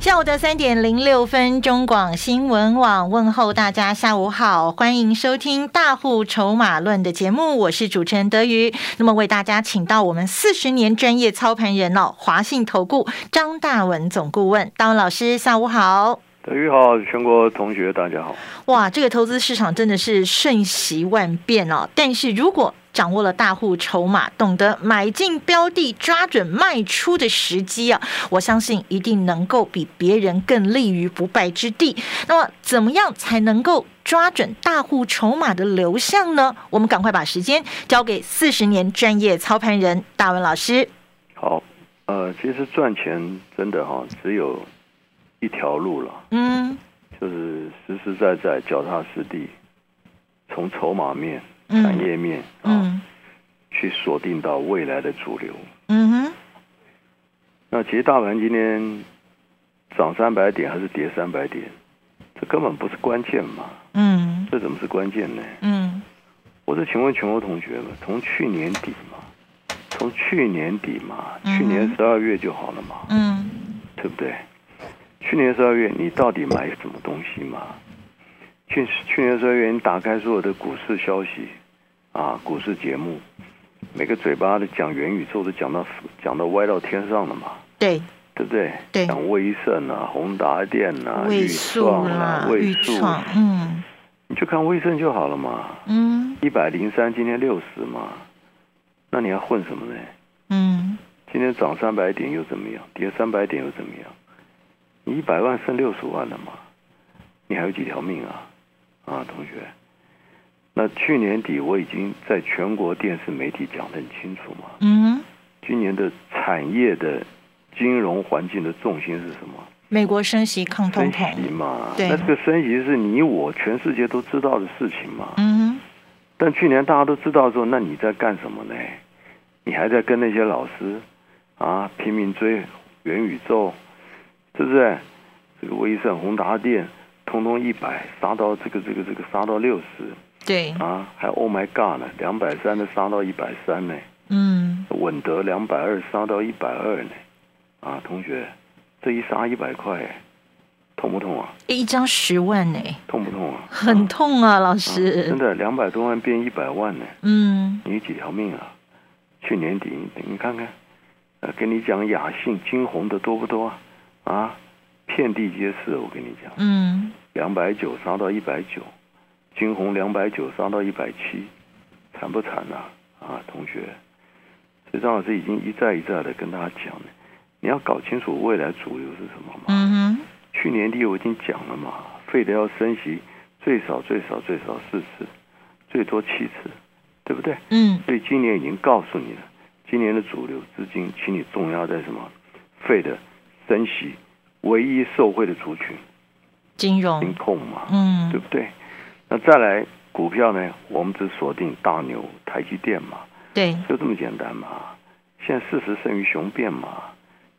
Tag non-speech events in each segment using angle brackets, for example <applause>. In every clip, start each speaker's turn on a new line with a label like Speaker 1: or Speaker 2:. Speaker 1: 下午的三点零六分，中广新闻网问候大家，下午好，欢迎收听《大户筹码论》的节目，我是主持人德瑜。那么为大家请到我们四十年专业操盘人哦，华信投顾张大文总顾问，大文老师，下午好。
Speaker 2: 德玉好，全国同学大家好。
Speaker 1: 哇，这个投资市场真的是瞬息万变哦。但是如果掌握了大户筹码，懂得买进标的，抓准卖出的时机啊，我相信一定能够比别人更立于不败之地。那么，怎么样才能够抓准大户筹码的流向呢？我们赶快把时间交给四十年专业操盘人大文老师。
Speaker 2: 好，呃，其实赚钱真的哈、只有一条路了，
Speaker 1: 嗯
Speaker 2: 就是实实在在、脚踏实地，从筹码面、产
Speaker 1: 嗯
Speaker 2: 业面啊、
Speaker 1: 嗯
Speaker 2: 去锁定到未来的主流。
Speaker 1: 嗯哼
Speaker 2: 那其实大盘今天涨三百点还是跌三百点，这根本不是关键嘛，
Speaker 1: 嗯
Speaker 2: 这怎么是关键呢？
Speaker 1: 嗯
Speaker 2: 我是请问全国同学们，从去年底嘛，从去年底嘛，
Speaker 1: 嗯
Speaker 2: 去年十二月就好了嘛。
Speaker 1: 嗯
Speaker 2: 对不对？去年十二月你到底买什么东西嘛？去去年十二月你打开所有的股市消息啊，股市节目，每个嘴巴的讲元宇宙都讲到讲到歪到天上了嘛，
Speaker 1: 对，
Speaker 2: 对不对？
Speaker 1: 对
Speaker 2: 讲威盛啊、宏达电啊、
Speaker 1: 位数
Speaker 2: 创
Speaker 1: 啦
Speaker 2: 啊、，
Speaker 1: 预
Speaker 2: 位数，
Speaker 1: 创，嗯
Speaker 2: 你就看威盛就好了嘛，
Speaker 1: 嗯
Speaker 2: 一百零三今天六十嘛，那你还混什么呢？
Speaker 1: 嗯
Speaker 2: 今天涨三百点又怎么样？跌三百点又怎么样？你一百万剩六十万了嘛？你还有几条命啊？啊，同学，那去年底我已经在全国电视媒体讲得很清楚嘛。
Speaker 1: 嗯，
Speaker 2: 今年的产业的金融环境的重心是什么？
Speaker 1: 美国升息抗通
Speaker 2: 升息
Speaker 1: 膨，
Speaker 2: 嘛。
Speaker 1: 对
Speaker 2: 那这个升息是你我全世界都知道的事情嘛。
Speaker 1: 嗯
Speaker 2: 但去年大家都知道的时候，那你在干什么呢？你还在跟那些老师啊拼命追元宇宙，是不是？这个威盛、宏达电，通通一百杀到这个这个这个杀到六十
Speaker 1: 对，
Speaker 2: 啊，还 Oh my God 呢，两百三的杀到一百三呢，
Speaker 1: 嗯
Speaker 2: 稳德两百二杀到一百二呢，啊，同学，这一杀一百块，痛不痛啊？
Speaker 1: 一张十万呢、
Speaker 2: 痛不痛啊？
Speaker 1: 很痛啊，老
Speaker 2: 啊
Speaker 1: 师
Speaker 2: 真，的两百多万变一百万呢。
Speaker 1: 嗯
Speaker 2: 你几条命啊？去年底你你看看，呃，跟你讲雅信、金红的多不多啊？啊，遍地皆是，我跟你讲，
Speaker 1: 嗯
Speaker 2: 两百九杀到一百九，金红两百九杀到一百七，惨不惨呐、啊？同学，所以张老师已经一再一再的跟大家讲了，你要搞清楚未来主流是什么嘛。
Speaker 1: 嗯哼，
Speaker 2: 去年底我已经讲了嘛，费德要升息最少最少最少四次，最多七次，对不对？
Speaker 1: 嗯
Speaker 2: 所以今年已经告诉你了，今年的主流资金，请你重压在什么？费的升息，唯一受惠的族群，
Speaker 1: 金
Speaker 2: 金
Speaker 1: 融，
Speaker 2: 控嘛，对
Speaker 1: 嗯
Speaker 2: 不对？那再来股票呢？我们只锁定大牛、台积电嘛，
Speaker 1: 对，
Speaker 2: 就这么简单嘛。现在事实胜于雄辩嘛。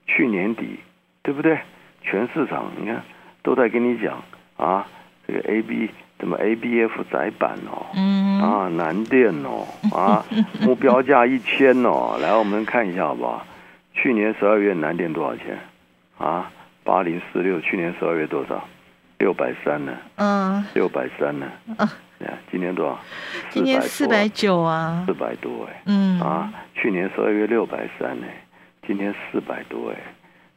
Speaker 2: 去年底，对不对？全市场你看都在跟你讲啊，这个 A B 怎么 A B F 窄板哦，
Speaker 1: 嗯
Speaker 2: 啊，南电哦， <laughs> 啊，目标价一千哦，来，我们看一下好不好？去年十二月南电多少钱？啊，八零四六，去年十二月多少？六百三呢，
Speaker 1: 嗯，
Speaker 2: 六百三呢。
Speaker 1: 嗯
Speaker 2: 啊，今年多少？
Speaker 1: 今天四百九啊
Speaker 2: 四，百多哎。
Speaker 1: 嗯
Speaker 2: 啊，去年十二月六百三呢，今年四百多哎。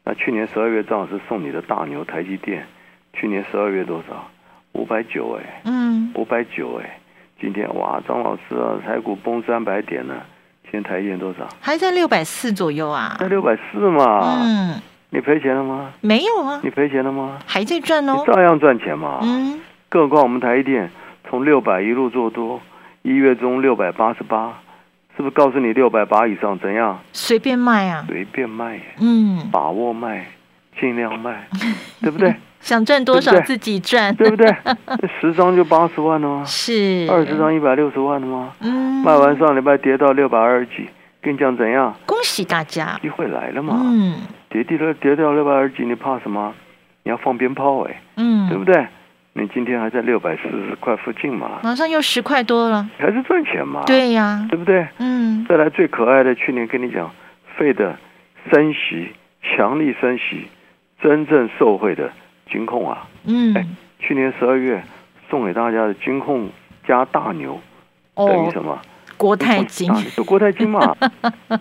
Speaker 2: 那去年十二月正好是送你的大牛台积电，去年十二月多少？五百九哎。
Speaker 1: 嗯
Speaker 2: 五百九哎，今天哇，张老师啊，台股崩三百点呢、今天台积电多少？
Speaker 1: 还在六百四左右啊
Speaker 2: 在，六百四嘛。
Speaker 1: 嗯，
Speaker 2: 你赔钱了吗？
Speaker 1: 没有啊，
Speaker 2: 啊你赔钱了吗？
Speaker 1: 还在赚
Speaker 2: 你
Speaker 1: 哦，
Speaker 2: 照样赚钱嘛。
Speaker 1: 嗯
Speaker 2: 更何况我们台积电从六百一路做多，一月中六百八十八，是不是告诉你六百八以上怎样
Speaker 1: 随便卖啊，
Speaker 2: 随便卖耶，
Speaker 1: 嗯，
Speaker 2: 把握卖，尽
Speaker 1: <laughs>
Speaker 2: 量卖，对不对？
Speaker 1: 想赚多
Speaker 2: 对
Speaker 1: 少
Speaker 2: 不对
Speaker 1: 自己赚，
Speaker 2: 对不对？十张就八十万了
Speaker 1: <laughs>
Speaker 2: 吗？
Speaker 1: 是
Speaker 2: 二十，张一百六十万了吗？
Speaker 1: 嗯，
Speaker 2: 卖完上礼拜跌到六百二十几，跟你讲怎样，
Speaker 1: 恭喜大家！
Speaker 2: 机会来了嘛，
Speaker 1: 嗯
Speaker 2: 跌跌了跌掉六百二十几，你怕什么？你要放鞭炮哎，对不
Speaker 1: 嗯，
Speaker 2: 对？你今天还在六百四十块附近嘛，
Speaker 1: 马上又十块多了，
Speaker 2: 还是赚钱嘛，
Speaker 1: 嗯对呀，
Speaker 2: 啊对不对？
Speaker 1: 嗯
Speaker 2: 再来最可爱的，去年跟你讲，费的升息，强力升息，真正受惠的金控啊，哎
Speaker 1: 嗯，
Speaker 2: 去年十二月送给大家的金控加大牛，等于
Speaker 1: 哦，
Speaker 2: 什么？
Speaker 1: 国泰金
Speaker 2: 大牛就国泰
Speaker 1: <laughs>
Speaker 2: 金嘛，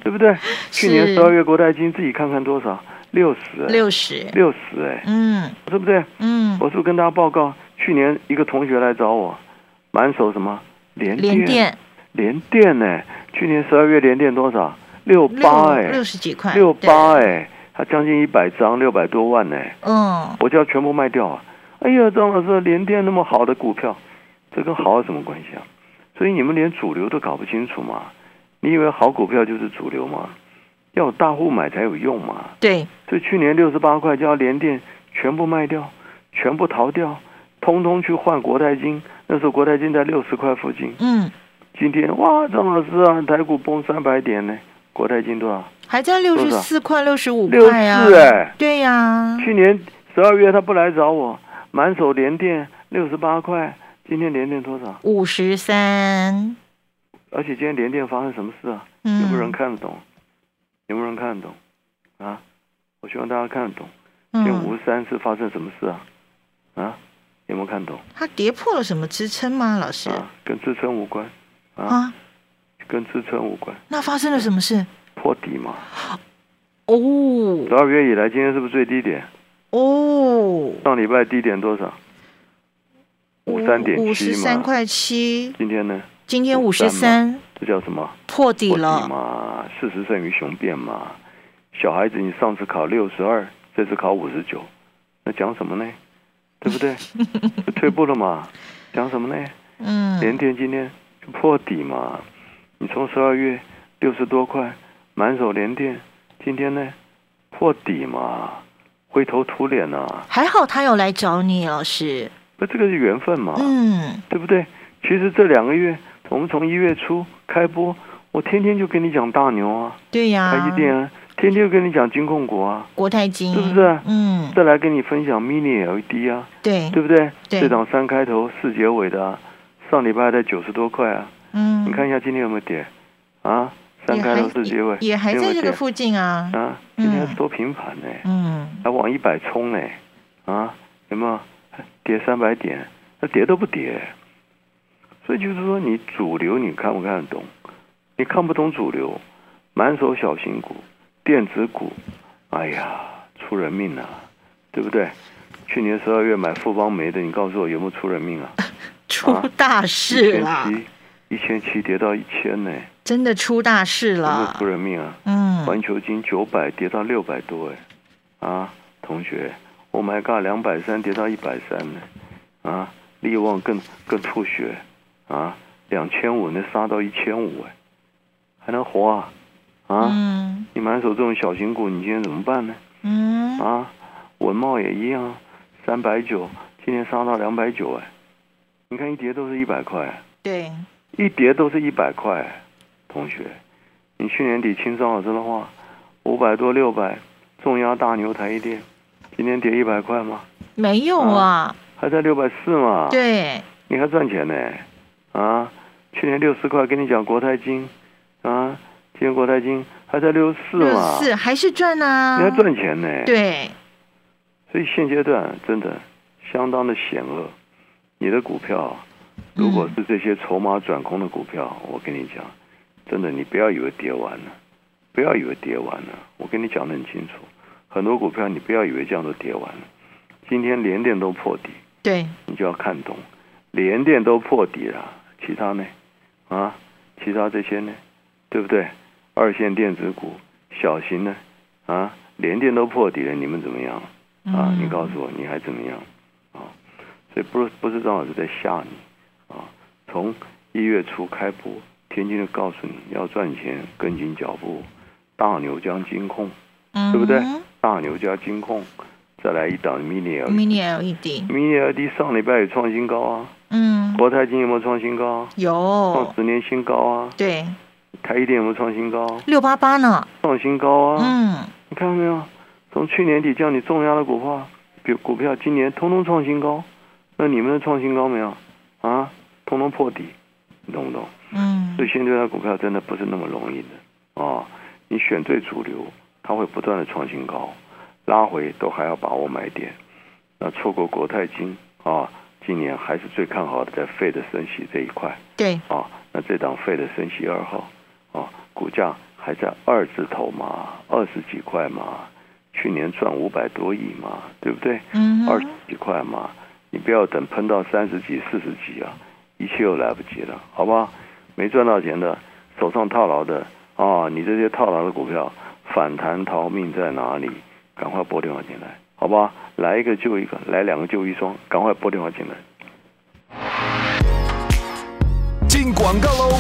Speaker 2: 对不对？去年十二月国泰金自己看看多少，六十，
Speaker 1: 六十，
Speaker 2: 六十，哎，
Speaker 1: 嗯
Speaker 2: 对不对？
Speaker 1: 嗯，
Speaker 2: 我是不是跟大家报告，去年一个同学来找我，满手什么联
Speaker 1: 联
Speaker 2: 电，
Speaker 1: 电
Speaker 2: 联电呢、去年十二月联电多少？六八
Speaker 1: 六
Speaker 2: 哎，
Speaker 1: 六十几块，
Speaker 2: 六八
Speaker 1: 对，
Speaker 2: 哎，他将近一百张，六百多万呢、哎
Speaker 1: 嗯，
Speaker 2: 我就要全部卖掉啊！哎呀，张老师，联电那么好的股票，这跟好有什么关系啊？所以你们连主流都搞不清楚嘛？你以为好股票就是主流吗？要有大户买才有用嘛？
Speaker 1: 对，
Speaker 2: 所以去年六十八块就要联电全部卖掉，全部逃掉，通通去换国泰金。那时候国泰金在六十块附近，
Speaker 1: 嗯，
Speaker 2: 今天哇，张老师啊，台股崩三百点呢，国泰金多少？
Speaker 1: 还在六十
Speaker 2: 多
Speaker 1: 四块、六十五
Speaker 2: 六
Speaker 1: 块啊，
Speaker 2: 四哎。
Speaker 1: 对呀，
Speaker 2: 去年十二月他不来找我，满手连电六十八块，今天连电多少？
Speaker 1: 五十三，
Speaker 2: 而且今天连电发生什么事啊？有没有人
Speaker 1: 嗯，
Speaker 2: 看得懂？有没有人看得懂？啊！我希望大家看得懂。今天
Speaker 1: 嗯，
Speaker 2: 五十三是发生什么事啊？啊？有没有看懂？
Speaker 1: 它跌破了什么支撑吗？老师
Speaker 2: 啊，跟支撑无关，啊，
Speaker 1: 啊，
Speaker 2: 跟支撑无关，
Speaker 1: 那发生了什么事？
Speaker 2: 破底嘛。
Speaker 1: 哦
Speaker 2: 十二月以来，今天是不是最低点？
Speaker 1: 哦，
Speaker 2: 上礼拜低点多少？53.7
Speaker 1: 五十三
Speaker 2: 嘛
Speaker 1: 块七，
Speaker 2: 今天呢？
Speaker 1: 今天五十
Speaker 2: 53
Speaker 1: 三
Speaker 2: 这叫什么？
Speaker 1: 破底
Speaker 2: 破底
Speaker 1: 了，
Speaker 2: 嘛，事实胜于雄辩嘛。小孩子，你上次考六十二，这次考五十九，那讲什么呢？对
Speaker 1: <laughs>
Speaker 2: 不对？就退步了嘛，讲什么呢？
Speaker 1: 嗯
Speaker 2: 连电今天就破底嘛。你从十二月六十多块满手连电，今天呢破底嘛，灰头土脸呐、啊。
Speaker 1: 还好他有来找你，老师，
Speaker 2: 那这个是缘分嘛，
Speaker 1: 嗯
Speaker 2: 对不对？其实这两个月，我们从一月初开播，我天天就跟你讲大牛啊。
Speaker 1: 对
Speaker 2: 台
Speaker 1: 呀
Speaker 2: 积，电啊，天天跟你讲金控股啊，
Speaker 1: 国泰金
Speaker 2: 是不是
Speaker 1: 嗯，
Speaker 2: 再来跟你分享 Mini LED 啊，
Speaker 1: 对，
Speaker 2: 对不对？
Speaker 1: 对
Speaker 2: 这档三开头四结尾的、啊，上礼拜在九十多块啊，
Speaker 1: 嗯，
Speaker 2: 你看一下今天有没有跌啊？三
Speaker 1: 也
Speaker 2: 开
Speaker 1: 还
Speaker 2: 头四结尾
Speaker 1: 也还
Speaker 2: 今
Speaker 1: 在这
Speaker 2: 天有没有
Speaker 1: 个
Speaker 2: 跌
Speaker 1: 附近啊，
Speaker 2: 啊，
Speaker 1: 嗯
Speaker 2: 今天收平盘呢、
Speaker 1: 嗯
Speaker 2: 还往一百冲呢、啊，有没有跌三百点？那跌都不跌，所以就是说你主流你看不看得懂？你看不懂主流，满手小型股、电子股，哎呀，出人命啊，对不对？去年十二月买富邦煤的，你告诉我有没有出人命啊？
Speaker 1: 出大事了
Speaker 2: 一千，七，一千七跌到一千呢，
Speaker 1: 真的出大事
Speaker 2: 有没有
Speaker 1: 了
Speaker 2: 出，人命啊？
Speaker 1: 嗯，
Speaker 2: 环球金九百跌到六百多哎，啊，同学，Oh my god，两百三跌到一百三呢，啊，力旺更更吐血，啊，两千五能杀到一千五哎，还能活啊？啊，
Speaker 1: 嗯
Speaker 2: 你满手这种小型股，你今天怎么办呢？
Speaker 1: 嗯，
Speaker 2: 啊，文茂也一样，啊三百九，今天杀到两百九哎，你看一跌都是一百块哎。
Speaker 1: 对，
Speaker 2: 一叠都是一百块，同学，你去年底听张老师的话，五百多六百，重压大牛台一跌，今天跌一百块吗？
Speaker 1: 没有啊，
Speaker 2: 还在六百四嘛？，
Speaker 1: 对，
Speaker 2: 你还赚钱呢，啊，去年六十块跟你讲国泰金，啊，今天国泰金还在六十四
Speaker 1: 六
Speaker 2: 嘛？
Speaker 1: 四还是赚啊，
Speaker 2: 你还赚钱呢？，
Speaker 1: 对，
Speaker 2: 所以现阶段真的相当的险恶，你的股票。如果是这些筹码转空的股票，我跟你讲，真的，你不要以为跌完了，不要以为跌完了，我跟你讲的很清楚，很多股票你不要以为这样都跌完了，今天连电都破底，
Speaker 1: 对，
Speaker 2: 你就要看懂，连电都破底了，其他呢？啊，其他这些呢？对不对？二线电子股、小型呢？啊，连电都破底了，你们怎么样？
Speaker 1: 嗯
Speaker 2: 啊，你告
Speaker 1: 我，
Speaker 2: 诉我你还怎么样啊？所以不是不是张老师在吓你啊，从一月初开播，天天就告诉你要赚钱，跟紧脚步，大牛加金控，
Speaker 1: 嗯
Speaker 2: 对不对？大牛加金控，再来一档 mini LED。
Speaker 1: ？Mini LED，
Speaker 2: mini LED 上礼拜也创新高啊，
Speaker 1: 嗯，哦
Speaker 2: 国泰金有没有创新高啊？
Speaker 1: 有，
Speaker 2: 创十年新高啊！
Speaker 1: 对，
Speaker 2: 台积电有没有创新高？啊
Speaker 1: 六八八呢？
Speaker 2: 创新高啊！
Speaker 1: 嗯，
Speaker 2: 你看到没有？从去年底叫你重压的股票，比股票今年通通创新高，那你们的创新高没有？啊，通通破底，你懂不懂？
Speaker 1: 嗯
Speaker 2: 所以现在的股票真的不是那么容易的啊！你选对主流，它会不断的创新高，拉回都还要把握买点。那错过国泰金啊，今年还是最看好的在费的升息这一块
Speaker 1: 对，
Speaker 2: 啊。那这档费的升息二号啊，股价还在二字头嘛，二十几块嘛，去年赚五百多亿嘛，对不对？
Speaker 1: 嗯
Speaker 2: 二十
Speaker 1: 哼，
Speaker 2: 几块嘛，你不要等喷到三十几、四十几啊，一切又来不及了，好不好？没赚到钱的，手上套牢的啊，你这些套牢的股票反弹逃命在哪里？赶快拨电话进来，好不好？来一个就一个，来两个就一双，赶快拨电话进来。
Speaker 3: 进广告喽！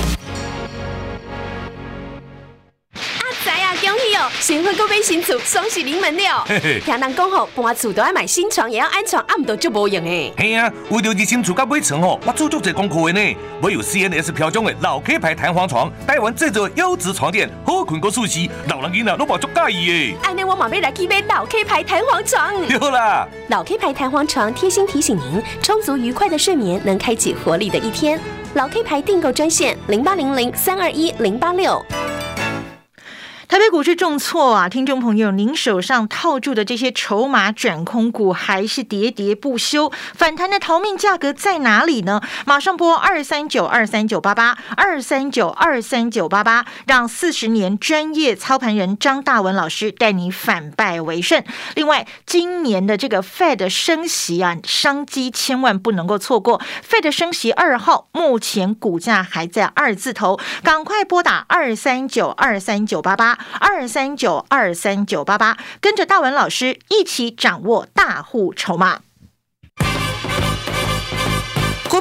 Speaker 4: 仔啊，恭喜哦！新婚购买新厝，双喜临门了。
Speaker 5: 嘿嘿
Speaker 4: 听人讲吼，搬厝都要买新床，也要安床，啊，唔都就无用诶。
Speaker 5: 嘿啊，为了入新厝甲买床吼，我做足侪功课的呢。我有 CNS 飘奖的老 K 牌弹簧床，台湾制作的优质床垫，好困过舒适，老人囡仔拢嘛足介意
Speaker 4: 安尼我马要来去买老 K 牌弹簧床。
Speaker 5: 的。对啦，
Speaker 4: 老 K 牌弹簧床贴心提醒您，充足愉快的睡眠能开启活力的一天。老 K 牌订购专线零八零零三二一零八六。
Speaker 1: 台北股市重挫啊，听众朋友，您手上套住的这些筹码转空股还是喋喋不休，反弹的逃命价格在哪里呢？马上拨二三九二三九八八二三九二三九八八，让四十年专业操盘人张大文老师带你反败为胜。另外，今年的这个 Fed 升息啊，商机千万不能够错过。Fed 升息二号，目前股价还在二字头，赶快拨打二三九二三九八八二三九二三九八八，跟着大文老师一起掌握大户筹码。股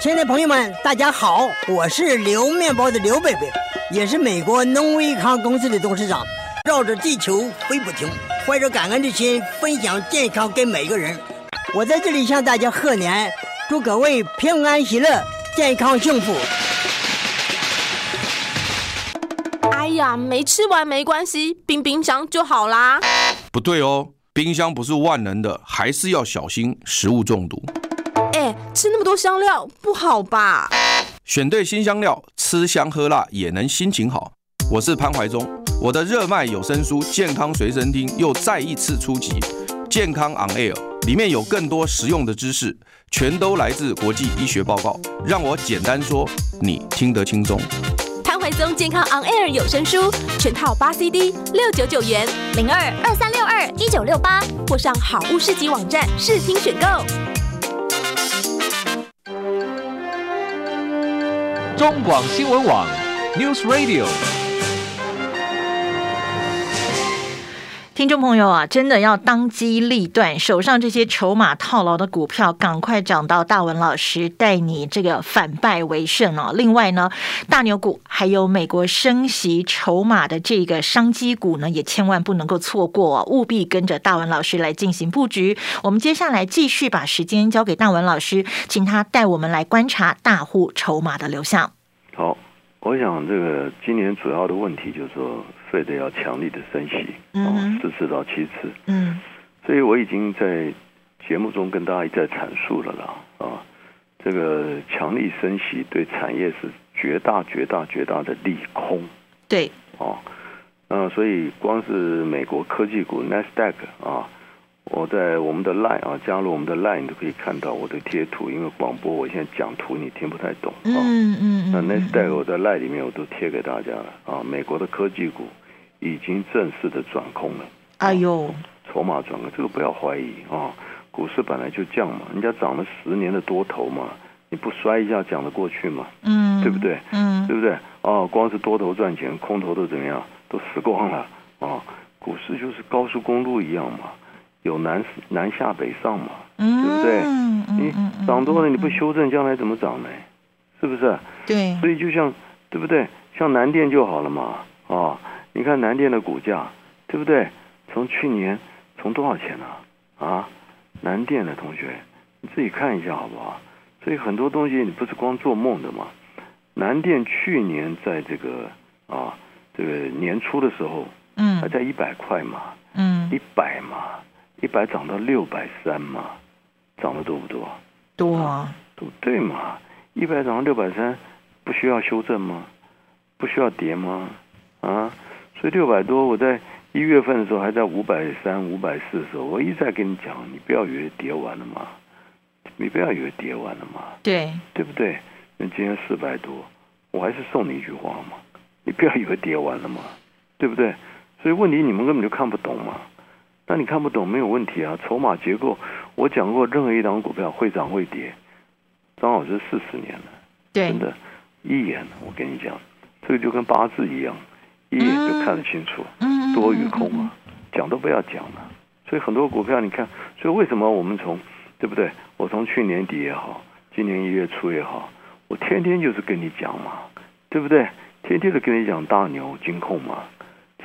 Speaker 6: 亲爱的朋友们，大家好，我是刘面包的刘贝贝，也是美国农威康公司的董事长。绕着地球飞不停，怀着感恩的心分享健康给每个人。我在这里向大家贺年，祝各位平安喜乐、健康幸福。
Speaker 7: 哎呀，没吃完没关系，冰冰箱就好啦。
Speaker 8: 不对哦，冰箱不是万能的，还是要小心食物中毒。
Speaker 7: 哎，吃那么多香料不好吧？
Speaker 8: 选对新香料，吃香喝辣也能心情好。我是潘怀忠，我的热卖有声书《健康随身听》又再一次出击，《健康 On Air》里面有更多实用的知识，全都来自国际医学报告，让我简单说，你听得轻松。
Speaker 7: 潘怀宗健康 On Air 有声书全套八 CD，六九九元，零二二三六二一九六八，或上好物市集网站试听选购。
Speaker 9: 中广新闻网，News Radio。
Speaker 1: 听众朋友啊，真的要当机立断，手上这些筹码套牢的股票，赶快找到大文老师带你这个反败为胜哦。另外呢，大牛股还有美国升息筹码的这个商机股呢，也千万不能够错过、哦，务必跟着大文老师来进行布局。我们接下来继续把时间交给大文老师，请他带我们来观察大户筹码的流向。
Speaker 2: 好，我想这个今年主要的问题就是说，非得要强力的升息，
Speaker 1: 嗯
Speaker 2: 哦，四次到七次。
Speaker 1: 嗯
Speaker 2: 所以我已经在节目中跟大家一再阐述了啦，啊，这个强力升息对产业是绝大绝大绝大的利空
Speaker 1: 对，
Speaker 2: 啊，那所以光是美国科技股 n a s d a q 啊，我在我们的 Line 啊，加入我们的 Line 你都可以看到我的贴图，因为广播我现在讲图你听不太懂啊。
Speaker 1: 嗯嗯
Speaker 2: 那 n a
Speaker 1: 嗯
Speaker 2: s d a q 我在 Line 里面我都贴给大家了啊，美国的科技股已经正式的转空了。
Speaker 1: 哎呦，
Speaker 2: 筹码转割，这个不要怀疑啊、股市本来就这样嘛，人家涨了十年的多头嘛，你不摔一下讲得过去嘛，
Speaker 1: 嗯，
Speaker 2: 对不对？啊
Speaker 1: 嗯
Speaker 2: 对不对？哦，光是多头赚钱，空头都怎么样？都死光了啊！股市就是高速公路一样嘛，有南南下北上嘛，
Speaker 1: 嗯，
Speaker 2: 对不对
Speaker 1: 嗯嗯嗯
Speaker 2: 你涨多了你不
Speaker 1: 嗯
Speaker 2: 修正，将来怎么涨呢？是不是？
Speaker 1: 对，
Speaker 2: 所以就像对不对？像南电就好了嘛，啊，你看南电的股价，对不对？从去年从多少钱呢、啊？南电的同学，你自己看一下好不好？所以很多东西你不是光做梦的嘛。南电去年在这个啊这个年初的时候还
Speaker 1: 嗯
Speaker 2: 在一百块嘛，
Speaker 1: 嗯，
Speaker 2: 一百嘛，一百涨到六百三嘛，涨得多不多？
Speaker 1: 多啊，
Speaker 2: 对不对嘛？一百涨到六百三，不需要修正吗？不需要跌吗？啊，所以六百多，我在一月份的时候还在五百三、五百四的时候，我一再跟你讲，你不要以为跌完了嘛，你不要以为跌完了嘛，
Speaker 1: 对，
Speaker 2: 对不对？那今天四百多，我还是送你一句话嘛， <laughs> 你不要以为跌完了嘛，对不对？所以问题你们根本就看不懂嘛。那你看不懂没有问题啊，筹码结构我讲过，任何一档股票会涨会跌，张老师四十年了，
Speaker 1: 对
Speaker 2: 真，的，一眼我跟你讲，这个就跟八字一样，一眼就看得清楚。
Speaker 1: 嗯，
Speaker 2: 多与空啊，讲都不要讲了。所以很多股票，你看，所以为什么我们从对不对？我从去年底也好，今年一月初也好，我天天就是跟你讲嘛，对不对？天天都跟你讲大牛金控嘛，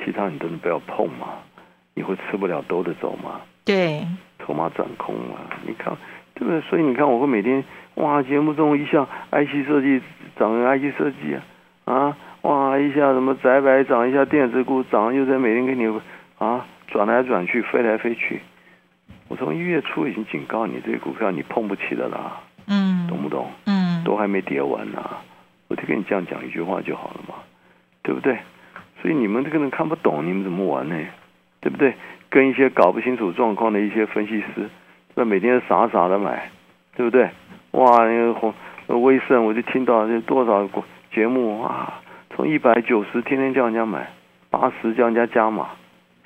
Speaker 2: 其他你真的不要碰嘛，你会吃不了兜着走嘛。
Speaker 1: 对，
Speaker 2: 筹码掌控啊！你看，对不对？所以你看，我会每天哇，节目中一下 IC 设计涨，IC 设计啊，啊，哇，一下什么窄板涨，一下电子股涨，又在每天跟你啊转来转去，飞来飞去。我从一月初已经警告你，这些股票你碰不起的啦，
Speaker 1: 嗯，
Speaker 2: 懂不懂？
Speaker 1: 嗯，
Speaker 2: 都还没跌完呢、我就跟你这样讲一句话就好了嘛，对不对？所以你们这个人看不懂，你们怎么玩呢？对不对？跟一些搞不清楚状况的一些分析师，那每天傻傻的买，对不对？哇，那个红呃威盛，我就听到这多少个节目啊，从一百九十天天叫人家买，八十叫人家加码，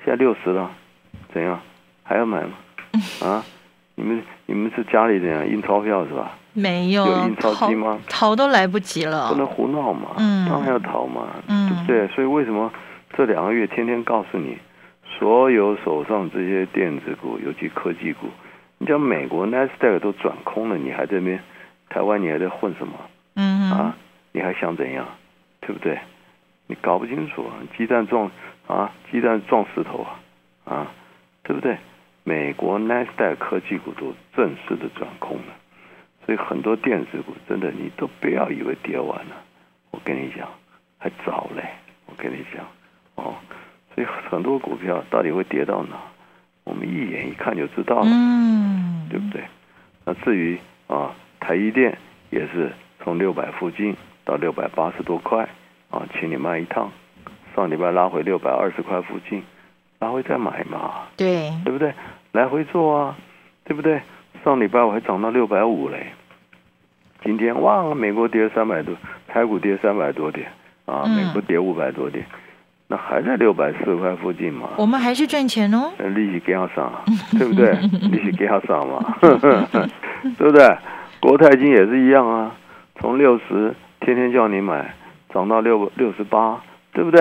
Speaker 2: 现在六十了，怎样？还要买吗？啊？你们你们是家里怎样印钞票是吧？
Speaker 1: 没有
Speaker 2: 有印钞
Speaker 1: 逃
Speaker 2: 机吗
Speaker 1: 逃都来不及了
Speaker 2: 不，能胡闹嘛，
Speaker 1: 嗯
Speaker 2: 当然要逃嘛，
Speaker 1: 嗯
Speaker 2: 对不对？所以为什么这两个月天天告诉你，所有手上这些电子股，尤其科技股，你讲美国 n a s d a q 都转空了，你还在那边台湾，你还在混什么
Speaker 1: 嗯哼
Speaker 2: 啊？你还想怎样？对不对？你搞不清楚啊，鸡蛋撞啊，鸡蛋撞石头啊，啊，对不对？美国 n a s d a q 科技股都正式的转空了，所以很多电子股真的你都不要以为跌完了。我跟你讲，还早嘞。我跟你讲，哦，所以很多股票到底会跌到哪，我们一眼一看就知道了，
Speaker 1: 嗯，
Speaker 2: 对不对？那至于啊，台积电也是从六百附近到六百八十多块啊，请你卖一趟，上礼拜拉回六百二十块附近，拉回再买嘛，
Speaker 1: 对，
Speaker 2: 对不对？来回做啊，对不对？上礼拜我还涨到六百五嘞，今天哇，美国跌三百多，台股跌三百多点啊，
Speaker 1: 嗯
Speaker 2: 美国跌五百多点，那还在六百四块附近嘛？
Speaker 1: 我们还是赚钱哦，
Speaker 2: 那利息给他上，
Speaker 1: <laughs>
Speaker 2: 对不对？利息给他上嘛， <laughs> 对不对？国泰金也是一样啊，从六十天天叫你买，涨到六六十八，对不对？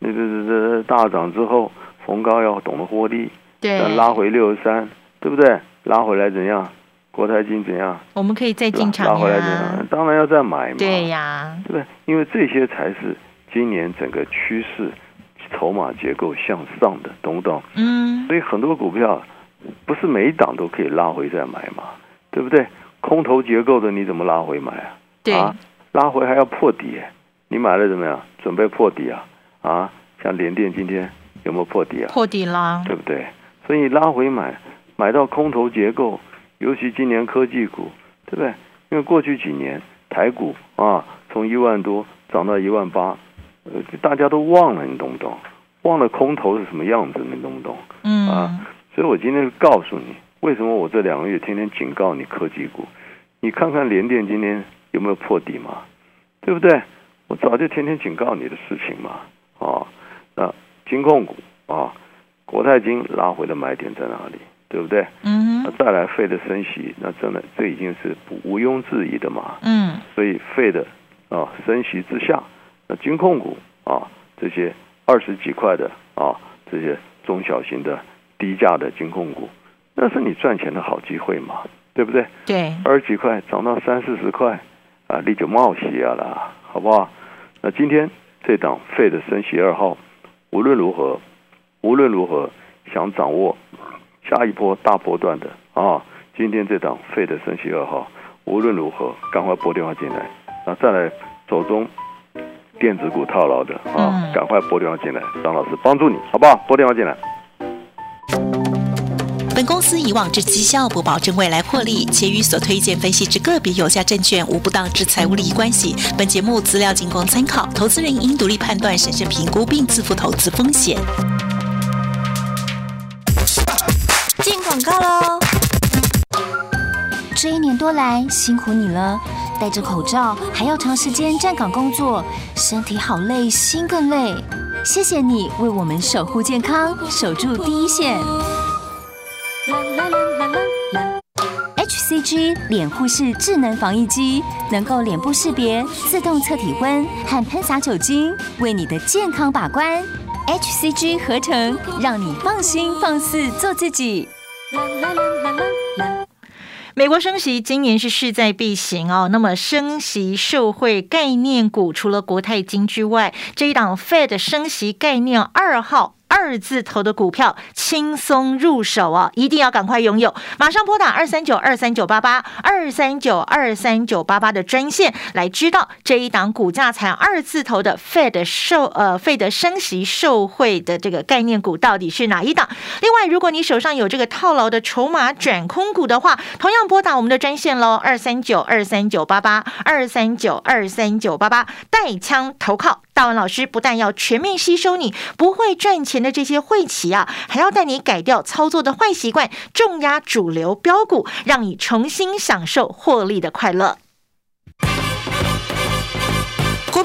Speaker 2: 那这这这大涨之后，逢高要懂得获利，
Speaker 1: 对
Speaker 2: 再，拉回六十三，对不对？拉回来怎样？国泰金怎样？
Speaker 1: 我们可以再进
Speaker 2: 拉
Speaker 1: 场
Speaker 2: 回来怎样
Speaker 1: 呀？，
Speaker 2: 当然要再买嘛，
Speaker 1: 对呀，
Speaker 2: 对不对？因为这些才是今年整个趋势、筹码结构向上的，懂不懂？
Speaker 1: 嗯，
Speaker 2: 所以很多股票不是每一档都可以拉回再买嘛，对不对？空头结构的你怎么拉回买啊？
Speaker 1: 对，
Speaker 2: 啊，拉回还要破底耶，你买了怎么样？准备破底啊？啊，像联电今天有没有破底啊？
Speaker 1: 破底啦，
Speaker 2: 对不对？所以拉回买，买到空头结构，尤其今年科技股，对不对？因为过去几年台股啊，从一万多涨到一万八，呃，大家都忘了，你懂不懂？忘了空头是什么样子，你懂不懂？
Speaker 1: 嗯
Speaker 2: 啊，所以我今天告诉你，为什么我这两个月天天警告你科技股，你看看联电今天有没有破底嘛，对不对？我早就天天警告你的事情嘛，啊，那金控股啊，国泰金拉回的买点在哪里，对不对？
Speaker 1: 嗯
Speaker 2: 那
Speaker 1: 哼
Speaker 2: 再来费的升息，那真的这已经是不毋庸置疑的嘛，
Speaker 1: 嗯，
Speaker 2: 所以费的啊升息之下，那金控股啊这些二十几块的啊，这些中小型的低价的金控股，那是你赚钱的好机会嘛，对不对？
Speaker 1: 对，
Speaker 2: 二十几块涨到三四十块，啊，你就冒险了，好不好？那今天这档费的升息二号，无论如何，无论如何，想掌握下一波大波段的啊，今天这档费的升息二号，无论如何，赶快拨电话进来，啊，再来手中电子股套牢的啊
Speaker 1: 嗯，
Speaker 2: 赶快拨电话进来，张老师帮助你，好不好？拨电话进来。
Speaker 10: 本公司以往之绩效不保证未来获利，且与所推荐分析之个别有价证券无不当之财务利益关系。本节目资料仅供参考，投资人应独立判断、审慎评估并自负投资风险。
Speaker 7: 进广告喽。
Speaker 11: 这一年多来辛苦你了，戴着口罩还要长时间站岗工作，身体好累，心更累。谢谢你为我们守护健康，守住第一线。HCG 脸护士智能防疫机能够脸部识别、自动测体温和喷洒酒精，为你的健康把关。HCG 合成，让你放心放肆做自己。
Speaker 1: 美国升息今年是势在必行哦。那么升息受惠概念股，除了国泰金之外，这一档 Fed 升息概念二号。二字头的股票轻松入手哦，一定要赶快拥有！马上拨打二三九二三九八八二三九二三九八八的专线来知道这一档股价才二字头的 Fed 受呃 Fed 升息受惠的这个概念股到底是哪一档？另外，如果你手上有这个套牢的筹码转空股的话，同样拨打我们的专线喽，二三九二三九八八二三九二三九八八，带枪投靠。大文老师不但要全面吸收你不会赚钱的这些晦气啊，还要带你改掉操作的坏习惯，重压主流标股，让你重新享受获利的快乐。股